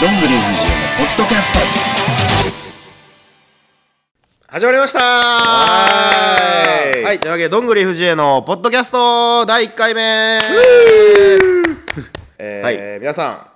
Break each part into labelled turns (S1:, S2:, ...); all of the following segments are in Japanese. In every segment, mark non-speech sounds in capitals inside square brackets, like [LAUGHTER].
S1: どんぐり藤枝のポッドキャスト
S2: 始まりましたはいはいというわけでどんぐり藤江のポッドキャスト第1回目えー
S3: はい
S2: 皆さん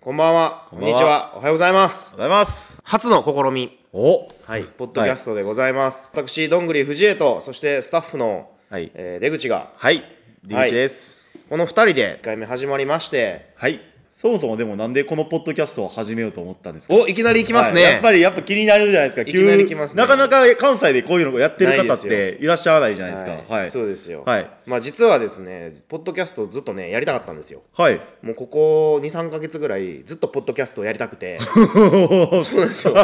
S2: こんばんはこ
S3: ん
S2: ん
S3: ば
S2: に
S3: んは
S2: ちはおはようございます
S3: ございます。
S2: 初の試み
S3: お、はい。
S2: ポッドキャストでございます、私どんぐり藤江とそしてスタッフの、
S3: はい
S2: えー出口が
S3: はい。出口です。
S2: この2人で1回目始まりまして
S3: はい。そもそもでもなんでこのポッドキャストを始めようと思ったんですか。
S2: おいきなり行きますね、
S3: はいやっぱりやっぱ気になるじゃないですか。
S2: いきなり来ますね
S3: 急なかなか関西でこういうのをやってる
S2: ないで
S3: 方っ
S2: すよ
S3: ていらっしゃらないじゃないですか。
S2: はい
S3: はい。
S2: そうですよ、
S3: はい
S2: まあ実はですねポッドキャストをずっとねやりたかったんですよ
S3: はい。
S2: もうここ23か月ぐらいずっとポッドキャストをやりたく
S3: [LAUGHS]
S2: てそうなんですよ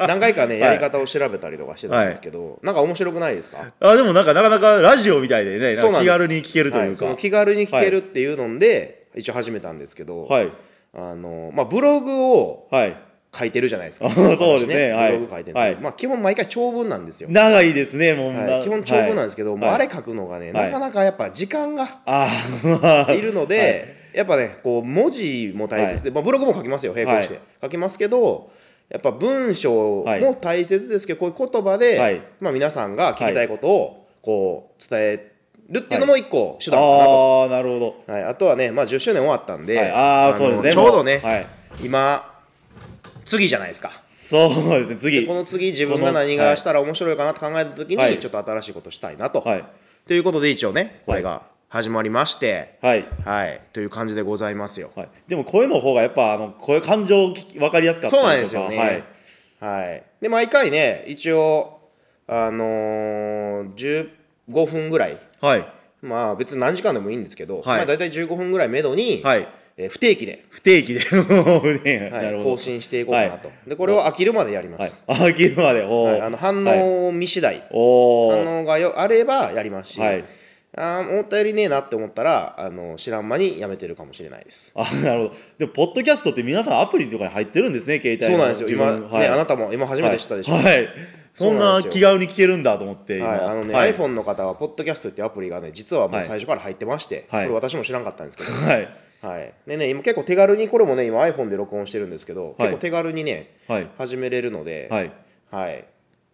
S2: 何回かねやり方を調べたりとかしてたんですけど、なんか面白くないですか
S3: あでもなんかなかなかラジオみたいでね、なん
S2: そうなん
S3: か気
S2: です
S3: 軽に聞けると
S2: は
S3: いう
S2: いそ
S3: か。
S2: の気軽に聞けるっていうので、一応始めたんですけど、
S3: はい。
S2: あのまあ、ブログを
S3: はい。
S2: 書いてるじゃないですか
S3: [LAUGHS] そうですね
S2: 私
S3: はい
S2: ブログ書いてるんですけど、
S3: はい
S2: まあ、基本毎回長文なんですよ、
S3: 長いですね、もう、
S2: はい、基本長文なんですけど、
S3: はい
S2: もうあれ書くのがね、
S3: はい
S2: なかなかやっぱ時間が
S3: ああ、
S2: いるので、やっぱねこう文字も大切で、まあ、ブログも書きますよ並行して、
S3: はい
S2: 書きますけどやっぱ文章も大切ですけど、こういう言葉で、
S3: はい
S2: まあ、皆さんが聞きたいことをこう伝えるっていうのも一個手段かなと、はい
S3: ああ、なるほど。
S2: あとはね、まあ、10周年終わったんで、
S3: はい、ああ、
S2: の
S3: そうですね。
S2: ちょうどね、
S3: はい。
S2: 今次じゃないですか
S3: そうですね、次。
S2: こ
S3: は
S2: の次自分が何がしたら面白いかなと考えた時に、
S3: はい
S2: ちょっと新しいことしたいなと、
S3: い。
S2: ということで一応ねこれが始まりまして
S3: はい。
S2: はい、という感じでございますよ
S3: はい、でも声の方がやっぱあの声感情を聞き分かりやすかった
S2: そうなんで
S3: りとか
S2: すよね。
S3: は
S2: はい
S3: い、。
S2: で、毎回ね、一応、あのー、15分ぐらい、
S3: はい
S2: まあ別に何時間でもいいんですけど、
S3: はい
S2: まあ大体15分ぐらいめどに、
S3: はい
S2: えー不定期で、
S3: 不定期でね
S2: [LAUGHS] はい
S3: なるほど
S2: 更新していこうかなと。で、これを飽きるまでやりま
S3: はい
S2: す。
S3: あ切るまでおー、
S2: はいあの反
S3: はい、
S2: 応を見次第、
S3: おー
S2: 反応がよあればやりますし、
S3: はい
S2: あー思ったよりねえなって思ったら、あの知らん間にやめてるかもしれないです。
S3: あなるほどでもポッドキャストって皆さんアプリとかに入ってるんですね携帯
S2: そうなんですよ、
S3: 自
S2: 今、
S3: 分のは
S2: ね、あなたも今初めて知ったでしょ。
S3: はい、はい、そん
S2: そうなん
S3: な
S2: ですよ
S3: 気軽に聞けるんだと思って今
S2: はい、あのね、
S3: はい、
S2: iPhone の方は、ポッドキャストっていうアプリがね、実はもう最初から入ってまして、
S3: はい
S2: これ私も知らんかったんですけど、
S3: はい
S2: はい。でね、今結構手軽に、これもね、今 iPhone で録音してるんですけど、
S3: はい
S2: 結構手軽にね、
S3: はい
S2: 始めれるので、
S3: はい
S2: はい。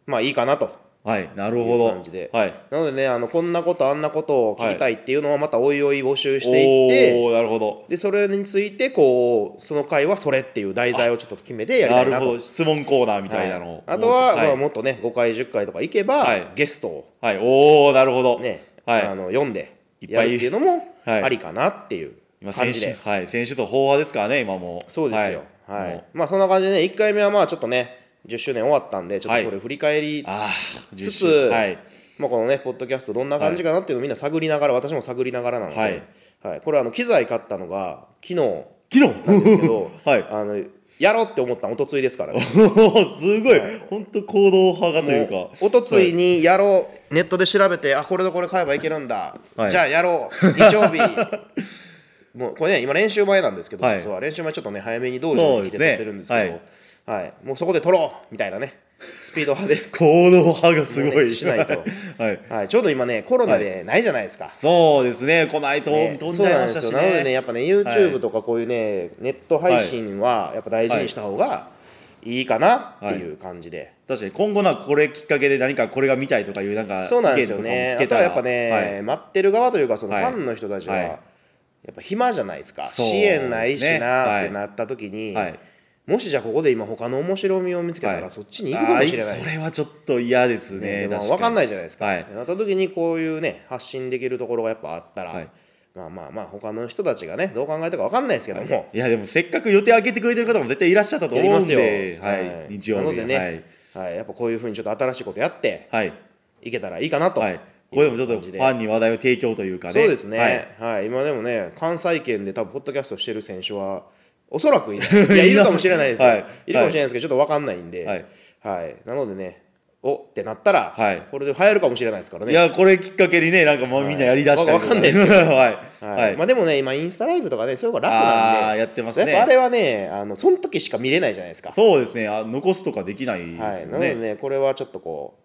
S2: まあいいかなと。
S3: はいなるほど
S2: いう感じで
S3: はい
S2: なのでね、あの、こんなこと、あんなことを聞きたいっていうのはまたおいおい募集していって、
S3: おーなるほど
S2: で、それについて、こう、その回はそれっていう題材をちょっと決めてやりた
S3: ないる
S2: な
S3: ほ
S2: と
S3: ど。質問コーナーみたいなの
S2: は
S3: を
S2: い、あとは、
S3: はい
S2: まあ、もっとね5回10回とか行けば、
S3: はい
S2: ゲストを
S3: はい、おおなるほど、
S2: ね、
S3: はい、
S2: あの読んで
S3: いっ
S2: や
S3: ぱい
S2: るっていうのも
S3: はい
S2: ありかなっていう
S3: 今
S2: 感
S3: 選
S2: じ
S3: 手
S2: で、
S3: はい、選手と飽和ですからね、今もう。
S2: そうですよ、
S3: は。
S2: はいい
S3: もう
S2: まあ、そんな感じでね、1回目はまあちょっとね、10周年終わったんで、ちょっ
S3: は
S2: と
S3: い
S2: それ振り返り、
S3: ああ、
S2: つつ
S3: 10はい、
S2: まあ、このね、ポッドキャスト、どんな感じかなっていうのをみんな探りながら、私も探りながらなので、は
S3: はいい
S2: これ、あの機材買ったのが、昨日
S3: 昨 [LAUGHS]
S2: なんですけ
S3: 日
S2: ど、
S3: はい
S2: あのやろうって思ったのおとついですからね。
S3: おーすごい、本当行動派がというか
S2: も。うおとついにやろう、ネットで調べて、あこれとこれ買えばいけるんだ、
S3: はい
S2: じゃあやろう、日曜
S3: [LAUGHS]
S2: 日、もうこれね、今、練習前なんですけど、
S3: はい
S2: 実は練習前、ちょっとね、早めに道場に来て
S3: そうですね
S2: 撮ってるんですけど、はいもうそこで撮ろうみたいなね、スピード派
S3: [LAUGHS]
S2: で、
S3: 行動派がすご
S2: もう
S3: い。
S2: ねしないと
S3: [LAUGHS] はい。
S2: はい、ちょうど今ね、コロナでないじゃないですか。
S3: そうですね、こないと
S2: ね
S3: 飛ん
S2: そ
S3: じ
S2: う
S3: ゃ
S2: なん
S3: いま
S2: で
S3: した
S2: す
S3: し
S2: よ
S3: ね。
S2: なのでね、やっぱね、YouTube
S3: い
S2: とかこういうね、ネット配信はやっぱ大事にした方がいいかなっていう感じで。
S3: 確かに今後なこれきっかけで何かこれが見たいとかいうなんか
S2: そうなんですよ
S3: 意
S2: ね。あ
S3: 見と
S2: と
S3: か
S2: は
S3: も聞けたら
S2: やっぱね、
S3: はい
S2: 待ってる側というかそのフ
S3: はい
S2: ァンの人たちは、
S3: はい
S2: やっぱ暇じゃないですか。
S3: そうです
S2: 支
S3: ね
S2: 援ないしなっ
S3: は
S2: て
S3: い
S2: なった時に、
S3: はい
S2: もしじゃあここで今他の面白みを見つけたら、
S3: はい
S2: そっちに行くかもしれ
S3: あ
S2: ない。
S3: ーそれはちょっと嫌です
S2: ね
S3: ね。
S2: まあ、
S3: 確。
S2: 分かんないいじゃないですか、
S3: はい
S2: ってなった時にこういうね発信できるところがやっぱあったら、
S3: はい
S2: まあまあまあ他の人たちがねどう考えたか分かんないですけども、
S3: いやでもせっかく予定開けてくれてる方も絶対いらっしゃったと
S2: やり
S3: 思う
S2: ま
S3: ん
S2: すよ
S3: で、はい
S2: はい
S3: 日曜日
S2: なのでねはいやっぱこういうふうにちょっと新しいことやって
S3: はい、はい
S2: いけたらいいかなと、
S3: はい、これでもちょっと
S2: 感
S3: フ
S2: じで
S3: ァンに話題を提供というかね
S2: そうです
S3: は
S2: ね
S3: い、、
S2: はい今でもね関西圏で多分ポッドキャストしてる選手はおそらくいないいやいるかもしれないですよ、
S3: はい
S2: い、るかもしれないですけどちょっと分かんないんで、は
S3: はいい
S2: なのでねおってなったら、
S3: はい
S2: これで流行るかもしれないですからね
S3: いやこれきっかけにねなんかもうみんなやりだしたりと
S2: はいわかんない
S3: ですけどはい
S2: はい
S3: はい、
S2: まあ、でもね今インスタライブとかねそういうのが楽
S3: あ
S2: な
S3: あ
S2: ん
S3: ー
S2: で
S3: やってます
S2: やっぱあ
S3: ね
S2: れはねあのその時しか見れないじゃないですか
S3: そうですねあ残すとかできないで
S2: は
S3: す
S2: い、
S3: よ
S2: なので
S3: ね、
S2: ねこれはちょっとこ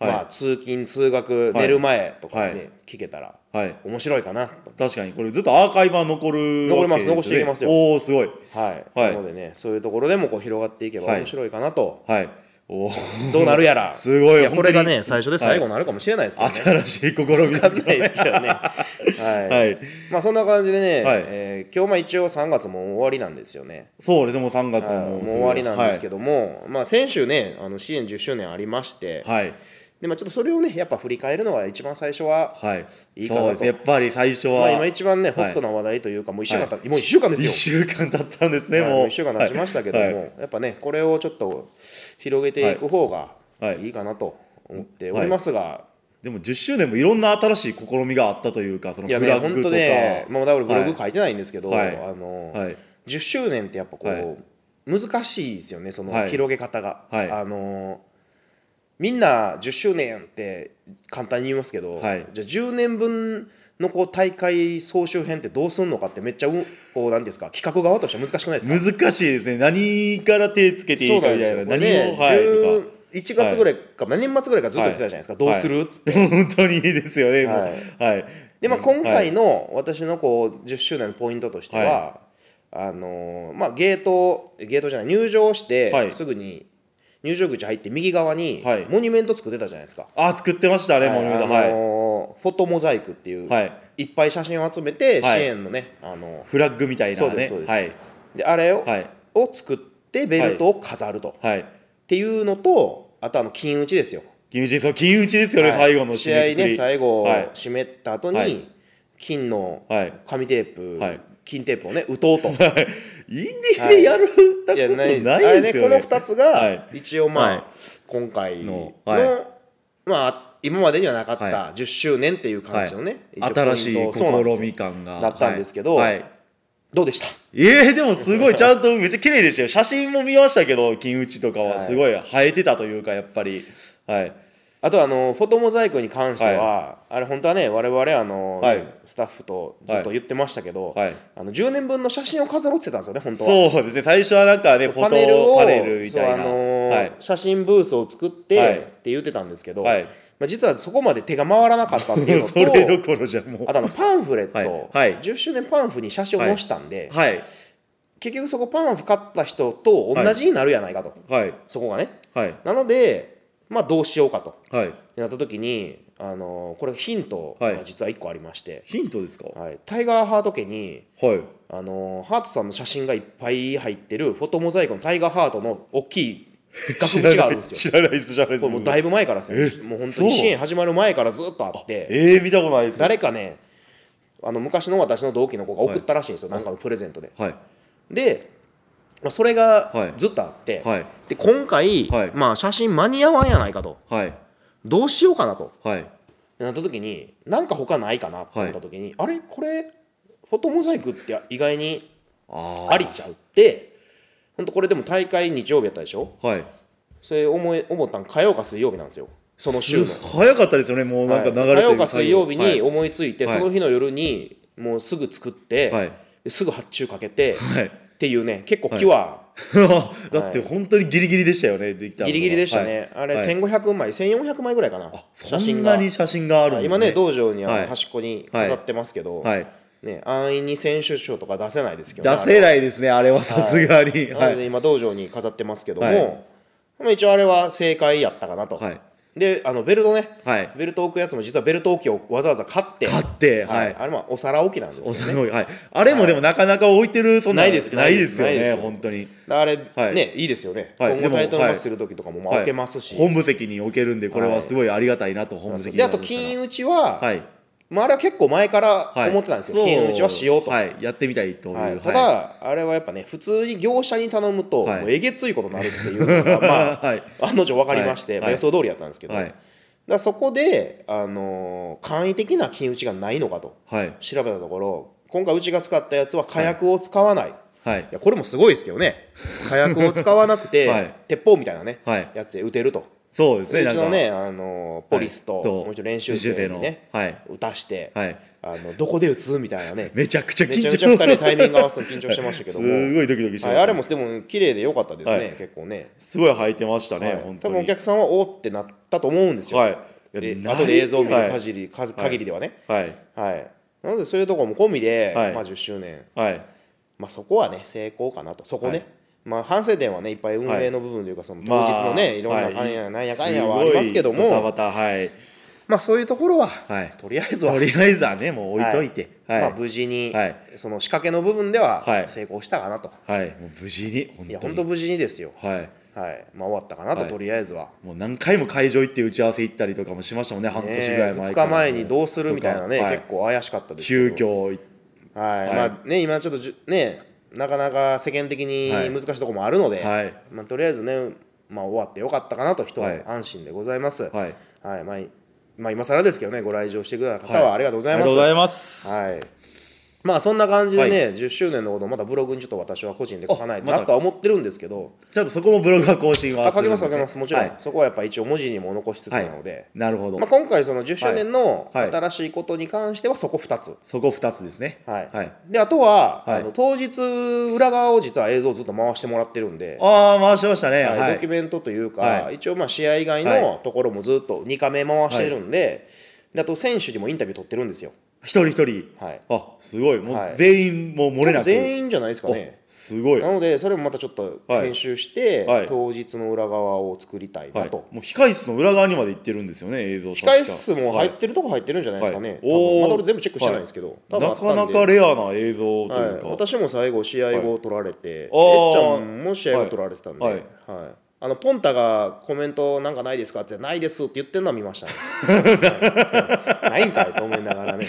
S2: う
S3: はい
S2: まあ、通勤通学、寝る前とかにね、
S3: はい
S2: 聞けたら
S3: はい
S2: 面白いかなと
S3: 確かにこれずっとアーカイブは残る
S2: 残ります
S3: わ
S2: 残
S3: けですね
S2: していきますよ
S3: おおすごい
S2: はい、
S3: はい
S2: なのでねそういうところでもこう広がっていけば
S3: はい
S2: 面白いかなと、
S3: はいおお
S2: どうなるやら
S3: [LAUGHS] すごい
S2: やこれがね
S3: 本当に
S2: 最初で最後になるかもしれないですけど、ね、
S3: 新しい試みで
S2: わ
S3: す
S2: かんないですけど [LAUGHS] ねはい、
S3: はい
S2: まあそんな感じでね、
S3: はい
S2: えー今日まあ一応3月も終わりなんですよね
S3: そうですねもう3月
S2: はいも
S3: も
S2: う終わりなんですけ
S3: ど
S2: ども、まあ先週ねあの支援10周年ありまして、
S3: はい
S2: でまあ、ちょっとそれをねやっぱ振り返るのが一番最初は、
S3: はい
S2: いいかなと
S3: そうですやっぱり最初
S2: まあ、
S3: は
S2: 今一番ね、
S3: はい
S2: ホットな話題というかもう1週間た、
S3: は
S2: もう一週間です
S3: 1
S2: よ
S3: 週間経ったんですね
S2: はい
S3: もう
S2: 1週間経ちましたけども、
S3: はいはい
S2: やっぱねこれをちょっと広げていく方が
S3: はいはい
S2: いいかなと思っておりますが、
S3: でも10周年もいろんな新しい試みがあったというかその
S2: い
S3: フ
S2: やね
S3: ラッ
S2: 本
S3: グと
S2: 当
S3: か
S2: ねもうだからブログ
S3: は
S2: 書いてないんですけど、
S3: はい
S2: あの
S3: いはい
S2: 10周年ってやっぱこう、
S3: はい
S2: 難しいですよねその
S3: はい
S2: 広げ方が、
S3: はい
S2: あのみんな10周年って簡単に言いますけど、
S3: はい
S2: じゃあ10年分のこう大会総集編ってどうすんのかってめっちゃうこうなんていうんですか企画側としては難しくないですか
S3: 難しいですね何から手つけていいかみたいな
S2: よ
S3: 何を
S2: ね
S3: はい
S2: 11
S3: とか
S2: 月ぐらいか、まあ年末ぐらいからずっと言ってたじゃないですか、どうするっつって、
S3: 本当にいいですよねもう
S2: はい
S3: はい
S2: でまあ、今回の私のこう10周年のポイントとしては、あのーまあ、ゲートゲートじゃない入場し
S3: は
S2: て
S3: い
S2: すぐに入場口入って右側に
S3: はい
S2: モニュメント作ってたじゃないですか、
S3: あ作ってましたね
S2: はい
S3: モニュメント
S2: あ
S3: はい
S2: のーフォトモザイクっていう、
S3: はい
S2: い、っぱい写真を集めて支
S3: はい
S2: 援のね、あのー
S3: フラッグみたいなね
S2: そうですそうです
S3: はい
S2: であれを,、
S3: はい
S2: を作ってベルトを飾ると、っ
S3: はい
S2: ていうのとあとあの金打ちですよ
S3: 金打ちそう金打ちですよね
S2: はい
S3: 最後の締
S2: 試
S3: め
S2: 合
S3: くくり
S2: ね最後
S3: はい
S2: 締めった後に、
S3: はい
S2: 金の
S3: はい
S2: 紙テープ、
S3: はい
S2: 金テープをね打
S3: [LAUGHS]
S2: とうと。
S3: インディーでやるたこと
S2: [LAUGHS] いや
S3: な
S2: ない
S3: い
S2: ですあれ
S3: で
S2: ね
S3: す
S2: こ
S3: よ
S2: の
S3: ね
S2: 2つ
S3: はい
S2: が一応まあ、
S3: はい
S2: 今回の
S3: のはい
S2: まあ今までにはなかった
S3: は
S2: 10周年っていう感じのね、一応ポイント
S3: 新しい
S2: そうなんですよ
S3: 試み感が
S2: だったんですけど
S3: はいはい
S2: どうでした
S3: えー、でもすごいちゃんとめっちゃ綺麗でしたよ写真も見ましたけど金打ちとかはすごい映えてたというかやっぱりはい
S2: あとあのフォトモザイクに関しては、あれ本当はね我々あの、
S3: はい
S2: スタッフとずっと言ってましたけど、
S3: はい
S2: あの10年分の写真を飾ろうって言ってたんですよね本当は。
S3: そうですね最初はなんかねフォト
S2: パネルを
S3: パネルみたいな
S2: そうあのー
S3: はい
S2: 写真ブースを作って、
S3: はい
S2: って言ってたんですけど、
S3: はい
S2: まあ、実はそこまで手が回らなかったっていうの
S3: それど
S2: と
S3: ころじゃもう
S2: あとあのパンフレット、
S3: はいはい
S2: 10周年パンフに写真を載したんで、
S3: はい
S2: 結局そこパンフ買った人と同じになるやないかと、
S3: はい
S2: そこがね
S3: はい
S2: なのでまあどうしようかと
S3: はい
S2: なった時に、あのーこれヒント
S3: は
S2: が
S3: い
S2: 実は1個ありまして、
S3: ヒントですかは
S2: はいタイガーハート家に、
S3: い
S2: あのーハートさんの写真がいっぱい入ってるフォトモザイクのタイガーハートの大きい額縁があるんですよ
S3: [LAUGHS] 知らないです知らないです
S2: これもうだいぶ前からですよもう本当
S3: そう
S2: に支援始まる前からずっとあって
S3: えー、見たことないです
S2: 誰かねあの昔の私の同期の子が送ったらしいんですよ、なんかのプレゼントで
S3: はい
S2: で、まあ、それ
S3: はい
S2: がずっとあって、
S3: はい
S2: で今回、
S3: はい
S2: まあ、写真間に合わんやないかと
S3: はい
S2: どうしようかなと
S3: はい
S2: なった時になんか他ないかなって思った時に、あれこれフォトモザイクって意外に
S3: あー
S2: ありちゃうって本当これでも大会日曜日やったでしょ
S3: はい
S2: それ思い思ったん火曜か水曜日なんですよその週の
S3: す早かったですよねもうなんか流れて
S2: 火
S3: る
S2: 曜か水曜日
S3: はい
S2: に思いついて、
S3: はい
S2: その日の夜にもうすぐ作って、
S3: はい
S2: ですぐ発注かけて、
S3: は
S2: っ
S3: い
S2: ていうね結構木は
S3: [LAUGHS] だって本当にギリギリでしたよね、できたのが
S2: ギリギリでしたね、
S3: はい
S2: あれ
S3: はい
S2: 1500枚、1400枚ぐらいかな写
S3: そん
S2: 真
S3: な
S2: が
S3: に写真があるんです、ね、
S2: 今ね道場にあの
S3: はい
S2: 端っこに飾ってますけど、
S3: はい
S2: ね、安易に選手賞とか出せないですけどね、
S3: 出せないですねあれはさすがに
S2: あれはな
S3: は
S2: ので
S3: い
S2: 今道場に飾ってますけども、
S3: はい
S2: まあ一応あれは正解やったかなと、
S3: はい
S2: であのベルトね、
S3: はい
S2: ベルト置くやつも実はベルト置きをわざわざ買って
S3: 買って
S2: は、
S3: はいい
S2: あれまあお皿置きなんですけど
S3: おすごいはいあれもでもなかなか置いてるそんな
S2: ないです
S3: ないですよ
S2: ないですよ
S3: ね本当に
S2: あれ、
S3: はい
S2: ねいいですよね、
S3: はい
S2: 今後タイトルマ
S3: でもは
S2: ッ
S3: い
S2: チする時とかもまあ
S3: はい
S2: 置けますし、
S3: 本部席に置けるんでこれはすごいありがたいなと本部席に
S2: であと金打ちは、
S3: はい
S2: まあ、あれは結構前から
S3: はい
S2: 思ってたんですよ、
S3: そう
S2: 金打ちはしようと、
S3: はいやってみたいという
S2: はい
S3: はい
S2: ただ、あれはやっぱね普通に業者に頼むと、
S3: はい
S2: もうえげついことになるっていう
S3: [LAUGHS]
S2: のが、まあ
S3: はい
S2: 案の定分かりまして、
S3: はい
S2: まあ予想通りやったんですけど、
S3: はい
S2: だからそこで、あのー簡易的な金打ちがないのかと
S3: はい
S2: 調べたところ今回うちが使ったやつは火薬を使わない、
S3: はい
S2: いやこれもすごいですけどね火薬を使わなくて、
S3: [LAUGHS] はい
S2: 鉄砲みたいなね、
S3: はい
S2: やつで撃てると
S3: そうですね
S2: う
S3: な
S2: ち
S3: ん
S2: の
S3: か
S2: ねあのポリスと、
S3: はいそう
S2: もう一度練習生にね、
S3: 練習生のはい
S2: 打たして、
S3: はい
S2: あのどこで打つみたいなね
S3: めちゃくちゃ緊
S2: め
S3: 張
S2: ちゃめちゃ二人タイミング合わせて緊張してましたけども、
S3: はいすごいドキドキしてました
S2: はいあれもでも綺麗で良かったですね、
S3: はい
S2: 結構ね
S3: すごい履いてましたね、
S2: はい
S3: 本
S2: 多
S3: 当に
S2: 分お客さんはおーってなったと思うんですよ、
S3: はいいや
S2: で
S3: ない
S2: 後で映像を見る限り,、か限りではね、
S3: はい
S2: はい、なのでそういうところも込みで、
S3: はい
S2: まあ、10周年、
S3: はい
S2: まあ、そこはね成功かなとそこね、
S3: はい
S2: まあ、反省点はねいっぱい運営の部分というかその当日のね、い、ろんななんやなんやかんやはありますけども、
S3: ごいドタバタはい
S2: まあ、そういうところは、
S3: はい
S2: とりあえずは
S3: とりあえずはねもう置いといてはい、
S2: ま
S3: は
S2: あ、
S3: い
S2: 無事に、
S3: はい
S2: その仕掛けの部分では
S3: はい
S2: 成功したかなと、
S3: もう無事に本当に
S2: い、や本当無事にですよ、
S3: はい
S2: はいまあ、終わったかなと、
S3: はい
S2: とりあえずは。
S3: もう何回も会場行って打ち合わせ行ったりとかもしましたもんね半年ぐらい前
S2: 2
S3: から
S2: 日前にどうするみたいなね、
S3: とかはい
S2: 結構怪しかったですけ
S3: 急
S2: ど
S3: 遽行っ
S2: はい、
S3: はい
S2: まあね今ちょっとじゅねなかなか世間的に
S3: はい
S2: 難しいとこもあるので、
S3: はい
S2: まあ、とりあえずね、まあ、終わってよかったかなと人は
S3: はい
S2: 安心でございます、
S3: はい
S2: まあいまあ、今更ですけどねご来場してくださった方
S3: はい
S2: はありがとうございます、
S3: ありがとうござい
S2: ま
S3: ます
S2: はいまあそんな感じでね、10周年のことをまたブログにちょっと私は個人で書かないとな
S3: あまた
S2: とは思ってるんですけど、
S3: ちゃんとそこもブログは更新は
S2: あ書き
S3: るんで
S2: ますす
S3: ね
S2: 書きますもちろん、
S3: はい
S2: そこはやっぱ一応文字にも残しつつなので、
S3: なるほど、
S2: まあ、今回その10周年の
S3: はいはい
S2: 新しいことに関してはそこ2つ、
S3: そこ2つですね
S2: はい
S3: はい、
S2: であとは、
S3: はい
S2: あの当日裏側を実は映像をずっと回してもらってるんで、
S3: ああ回してましたね
S2: はい
S3: はい
S2: ドキュメントというか、
S3: はい
S2: 一応まあ試合以外
S3: は
S2: のところもずっと2カメ回してるんで,、であと選手にもインタビュー取ってるんですよ
S3: 一人一人、
S2: はい
S3: あすごいも
S2: は
S3: う
S2: い
S3: 全員もう漏れなく
S2: 全員じゃないですかね
S3: おすごい、
S2: なのでそれもまたちょっと
S3: はい
S2: 編集して、
S3: はい
S2: 当日の裏側を作りたいな
S3: はい、
S2: と、
S3: もう控室の裏側にまで行ってるんですよね映像控
S2: 控え室も入っ
S3: る
S2: てるとこ入ってるんじゃないですかね、
S3: はい
S2: 多分
S3: おー
S2: まだ俺全部チェックしてないんですけど、多分あ
S3: な
S2: った
S3: か
S2: ん
S3: な
S2: で
S3: かレアな映像と
S2: はい
S3: いうか、
S2: 私も最後試合後取られて、
S3: はい
S2: えっち
S3: あー
S2: ゃんも試合後取られてたんで、
S3: は
S2: はいいあのポンタがコメントなんかないですかって言ってないですって言ってるのは見ま
S3: [LAUGHS]
S2: したね、はいないんかいと思いながらね、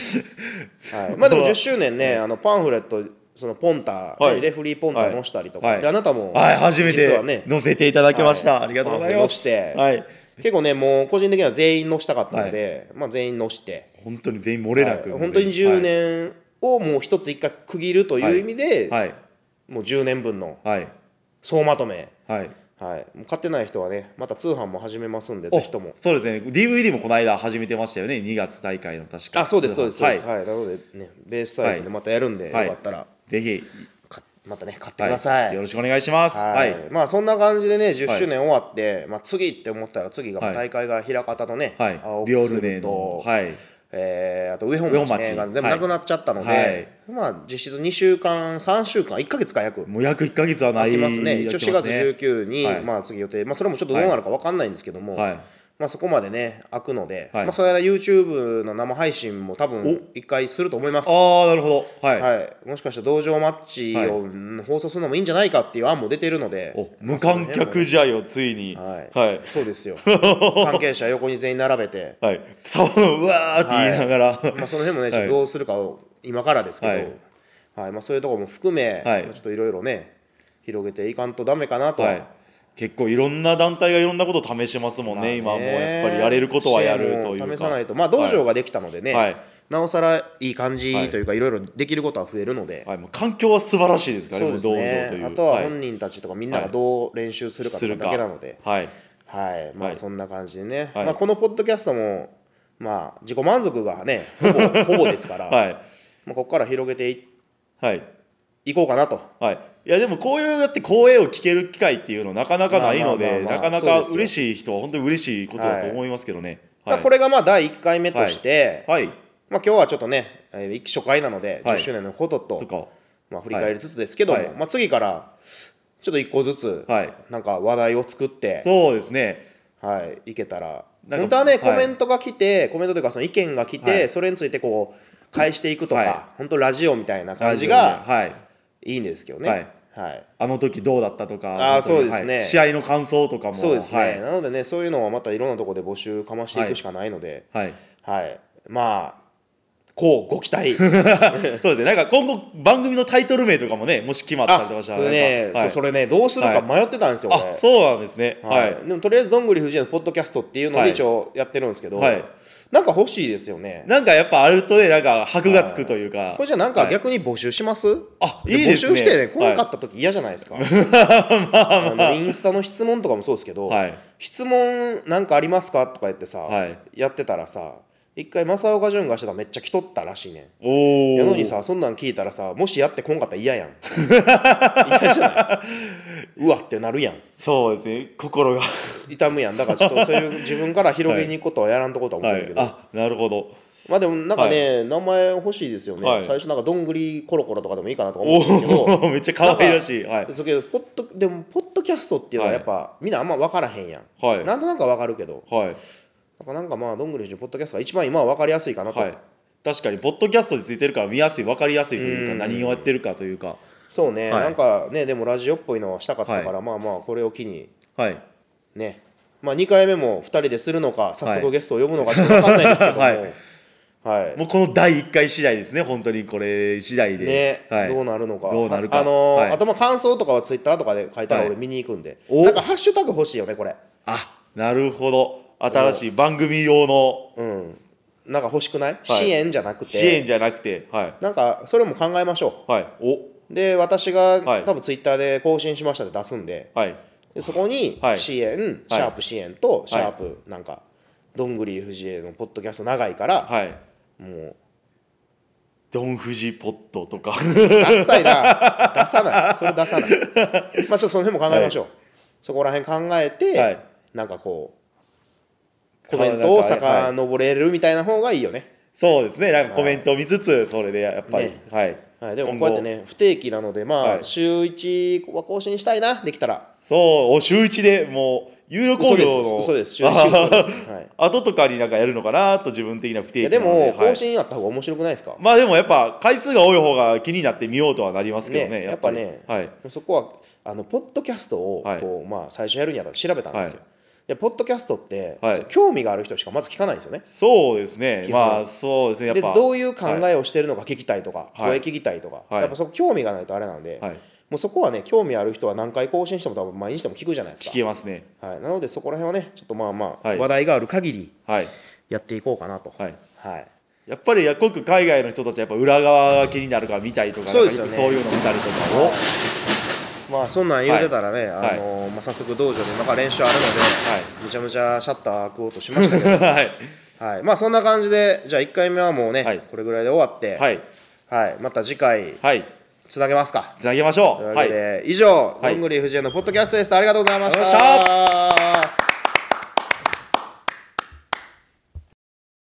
S2: はい、まあでも10周年ね、あのパンフレットそのポンタ、
S3: はい
S2: レフリーポンタ載したりとか、
S3: はい
S2: であなたも、
S3: はい初め
S2: 実
S3: て
S2: はね
S3: 載せていただきました、
S2: はい
S3: ありがとうございます
S2: あ載せて
S3: はい
S2: 結構ねもう個人的には全員載したかったので、まあ、全員載して。
S3: 本当に全員漏れなく、
S2: はい本当に10年をもう一つ一回区切るという意味で、
S3: はい
S2: もう10年分の
S3: はいはい、
S2: 総まとめ、
S3: はい
S2: はい、もう買ってない人はねまた通販も始めますんでぜひとも
S3: おそうですね DVD もこの間始めてましたよね2月大会の確か
S2: あそうですそうですそうです
S3: はい
S2: はい、なのでねベースサイトでまたやるんで、
S3: はい
S2: よかったら
S3: ぜひ
S2: かまたね買って
S3: は
S2: ください、
S3: よろしくお願いします
S2: はい
S3: はい
S2: まあそんな感じでね10周年終わって、まあ、次って思ったら次が
S3: はい
S2: 大会が枚方とね、
S3: はい
S2: 青
S3: ビオ
S2: 木
S3: ルネ
S2: 鶴
S3: の
S2: と、
S3: はい
S2: えーあと上本町,、ね、
S3: 上本町
S2: が全部なくなっちゃったので、
S3: はい
S2: まあ実質2週間3週間1か月か約
S3: もう約1か月はない
S2: 空きますね、一応4月
S3: 空き
S2: 19に、
S3: はい
S2: まあ、次予定、まあ、それもちょっとどうなるか分かんないんですけども、
S3: はい
S2: まあ、そこまでね、開くので、
S3: はい
S2: まあ、その間、YouTube の生配信も多分一回すると思います。は
S3: ああなるほどはい、
S2: い、もしかしたら道場マッチを
S3: はい
S2: うん放送するのもいいんじゃないかっていう案も出てるので、
S3: お無観客試合をついに
S2: はい
S3: はい
S2: そうです
S3: [LAUGHS]
S2: よ関係者横に全員並べて、
S3: はい騒ぐうわーって言いながら、
S2: まあ、その辺もね、ちょっ
S3: はい
S2: とどうするかを今からですけど、
S3: は
S2: はいいまあ、そういうところも含め、
S3: はい
S2: まあちょっといろいろね、広げていかんとダメかなとは、
S3: はい、結構いろんな団体がいろんなことを試してますもんね、今もうやっぱりやれることはやるという
S2: 試
S3: か
S2: さないとまあ道場ができたのでね、
S3: はい
S2: なおさらいい感じというか、い、ろいろできることは増えるので、
S3: はい、はいもう環境は素晴らしいですから
S2: そうです
S3: もう道場とい
S2: ね
S3: う
S2: あとはい本人たちとかみんながどう練習するかっていうだけなので、
S3: はい
S2: はいま
S3: は
S2: あ
S3: い
S2: そんな感じでね、
S3: はい
S2: まあ、このポッドキャストもまあ自己満足が
S3: [LAUGHS]
S2: ねほぼほぼですから、
S3: はい
S2: まあ、ここから広げてい
S3: はい
S2: いこうかなと。
S3: はいいやでもこういうやって声を聞ける機会っていうのはなかなかないので、
S2: まあまあまあ
S3: なか
S2: そう
S3: な
S2: です
S3: か
S2: よ
S3: 嬉しい人は本当に嬉しいことだと思いますけどね、
S2: まあこれがまあ第1回目として、
S3: はい
S2: まあ、今日はちょっとね、えー初回なので、
S3: はい
S2: 10周年のことと
S3: とか
S2: まあ、振り返りつつですけども、
S3: はい
S2: まあ、次からちょっと一個ずつ、
S3: はい
S2: なんか話題を作って、
S3: そうですね
S2: はい、いけたら
S3: なんか
S2: 本当はね、
S3: はい
S2: コメントが来てコメントというかその意見が来て、
S3: はい
S2: それについてこう返していくとか、
S3: はい
S2: 本当ラジオみたいな感じが
S3: ラジオではい
S2: いいんですけどね、
S3: はい
S2: はい
S3: あの時どうだったとか
S2: あーそうですね
S3: はい試合の感想とかも
S2: そうですね、
S3: はい
S2: なのでねそういうのはまたいろんなところで募集かましていくしかないので、
S3: はい、
S2: はいまあこうご期待
S3: [LAUGHS] そうですね、なんか今後、番組のタイトル名とかもね、もし決まったり
S2: あ
S3: とかした
S2: こ
S3: ら
S2: れね、
S3: なんかはい
S2: そそれねどうするか迷ってたんですよ、これ
S3: あそうなんですね、は、
S2: はいい、でもとりあえずどんぐり藤井のポッドキャストっていうの
S3: はい
S2: で一応やってるんですけど、
S3: はい
S2: なんか欲しいですよね
S3: なんかやっぱあるとね、なんか箔がつくというか
S2: これ。じゃあなんか
S3: はい
S2: 逆に募集します、
S3: あ、いいですね。
S2: 募集してね来
S3: はい
S2: なかった時嫌じゃない
S3: [LAUGHS]
S2: ですか、あのインスタの質問とかもそうですけど、
S3: はい
S2: 質問なんかありますかとか言ってさ、
S3: はい
S2: やってたらさ一回正岡潤がしてたらめっちゃ来とったらしいねん
S3: お
S2: やのに
S3: お。
S2: さそんなん聞いたらさもしやってこんかったら嫌
S3: [LAUGHS]
S2: やん嫌じゃないうわってなるやん
S3: そうですね。心が。
S2: 痛むやんだからちょっとそう
S3: [LAUGHS]
S2: いう自分から広げに行くことはやらんとことは思
S3: は
S2: うんだけ
S3: い。
S2: ど、
S3: あ、なるほど。
S2: まあでもなんかね、名前欲しいですよね、
S3: はい
S2: 最初なんかどんぐりコロコロとかでもいいかなとか
S3: お
S2: 思うんだけど
S3: [LAUGHS] お、めっちゃ可愛らしい。はい。
S2: そうけどポッドでもポッドキャストっていうのはやっぱ、みんなあんま分からへんやん、
S3: はい
S2: なんとなくは分かるけど
S3: はい。
S2: なんかなんかまあどんぐりのポッドキャストが一番今は分かりやすいかなと、
S3: はい。確かに、ポッドキャストについてるから見やすい、分かりやすいというか、何をやってるかというか。
S2: そうね、
S3: はい
S2: なんかねでもラジオっぽいのはしたかったから、
S3: は
S2: まあまあこれを機に
S3: はい。
S2: ねまあ2回目も2人でするのか早
S3: は
S2: 速
S3: い
S2: ゲストを呼ぶのかちょっと分かんないですけども
S3: は
S2: はい
S3: い、
S2: はい
S3: もうこの第1回次第ですね、本当にこれ次第で。
S2: ね
S3: はい。
S2: どうなるのか
S3: どうなるか
S2: あのー
S3: はい
S2: あとまあ感想とかはツイッターとかで書いたら
S3: はい
S2: 俺見に行くんで、
S3: お
S2: なんかハッシュタグ欲しいよねこれ
S3: あ、なるほど。新しい番組用の
S2: うんなんか欲しくない、支援じゃなくて
S3: 支援じゃなくて、はい。
S2: なんかそれも考えましょう
S3: はい。お
S2: で私が、
S3: はい
S2: 多分ツイッターで更新しましたで出すんで
S3: はい。
S2: でそこに
S3: はい
S2: 支援、シャープ支援と、シャープなんかどんぐり藤江のポッドキャスト長いから、
S3: はい。
S2: も
S3: ドンフジポットとか。
S2: うダッサいな [LAUGHS] 出さないそれ出さないまあちょっとその辺も考えましょう、そこら辺考えて、
S3: はい
S2: なんかこうコメントを
S3: はい
S2: 遡れるみたいな方がいいよね、
S3: [LAUGHS] そうですね、なんかコメントを見つつ、それでやっぱり、
S2: ね
S3: はい。
S2: はい、でも
S3: 今
S2: こ
S3: 後
S2: うやって。ね不定期なのでまあ、
S3: はい
S2: 週1は更新したいなできたら
S3: そう、お週一でもう、ユーロ工業の、
S2: 嘘です嘘です週一嘘ですはい
S3: あ [LAUGHS] 後とかになんかやるのかなと自分的な不
S2: い
S3: 定
S2: や
S3: 期な
S2: で
S3: の
S2: も
S3: は
S2: 更
S3: い
S2: 新あった方が面白くないですか、
S3: まあでもやっぱ回数が多い方が気になって見ようとはなりますけどね、
S2: ねやっぱね、
S3: はい、
S2: そこはあのポッドキャストをこ、
S3: はいう
S2: まあ、最初やるにあたって調べたんですよ、
S3: は
S2: でポッドキャストって、
S3: はい
S2: そう興味がある人しかまず聞かないんですよね
S3: そうですね
S2: 基、本
S3: まあそうですね、やっ
S2: で
S3: ぱ、
S2: どういう考えをしてるのか聞きたいとか、
S3: はい
S2: 声聞きたいとか、
S3: はい
S2: やっぱそこ興味がないとあれなんで、
S3: はい
S2: もうそこはね興味ある人は何回更新しても多分毎日でも聞くじゃないです
S3: 聞
S2: か、
S3: けますね、
S2: はい、なのでそこら辺はねちょっとまあまあ、
S3: はい
S2: 話題がある限り
S3: はい、
S2: やっていこうかなと
S3: はい、
S2: はい
S3: やっぱりやっこく海外の人たちはやっぱ裏側が気になるから見たりとか、
S2: そうですよね
S3: なんかくそういうの見たりとかを、はい、
S2: まあそんなん言うてたらね、
S3: はい
S2: あのまあ、早速道場でなんか練習あるので、むちゃむちゃシャッター開こうとしましたけど
S3: [LAUGHS] はい、
S2: [LAUGHS] はい、まあそんな感じでじゃあ1回目はもうね、
S3: はい
S2: これぐらいで終わって、
S3: はい、
S2: はいまた次回
S3: はい、
S2: つなげますか。
S3: つなげましょ
S2: と
S3: う。
S2: いうわ
S3: は
S2: け
S3: い
S2: で、以上、
S3: はい
S2: どんぐり藤江のポッドキャストでした。ありがとうございました。
S3: ありがとう
S2: した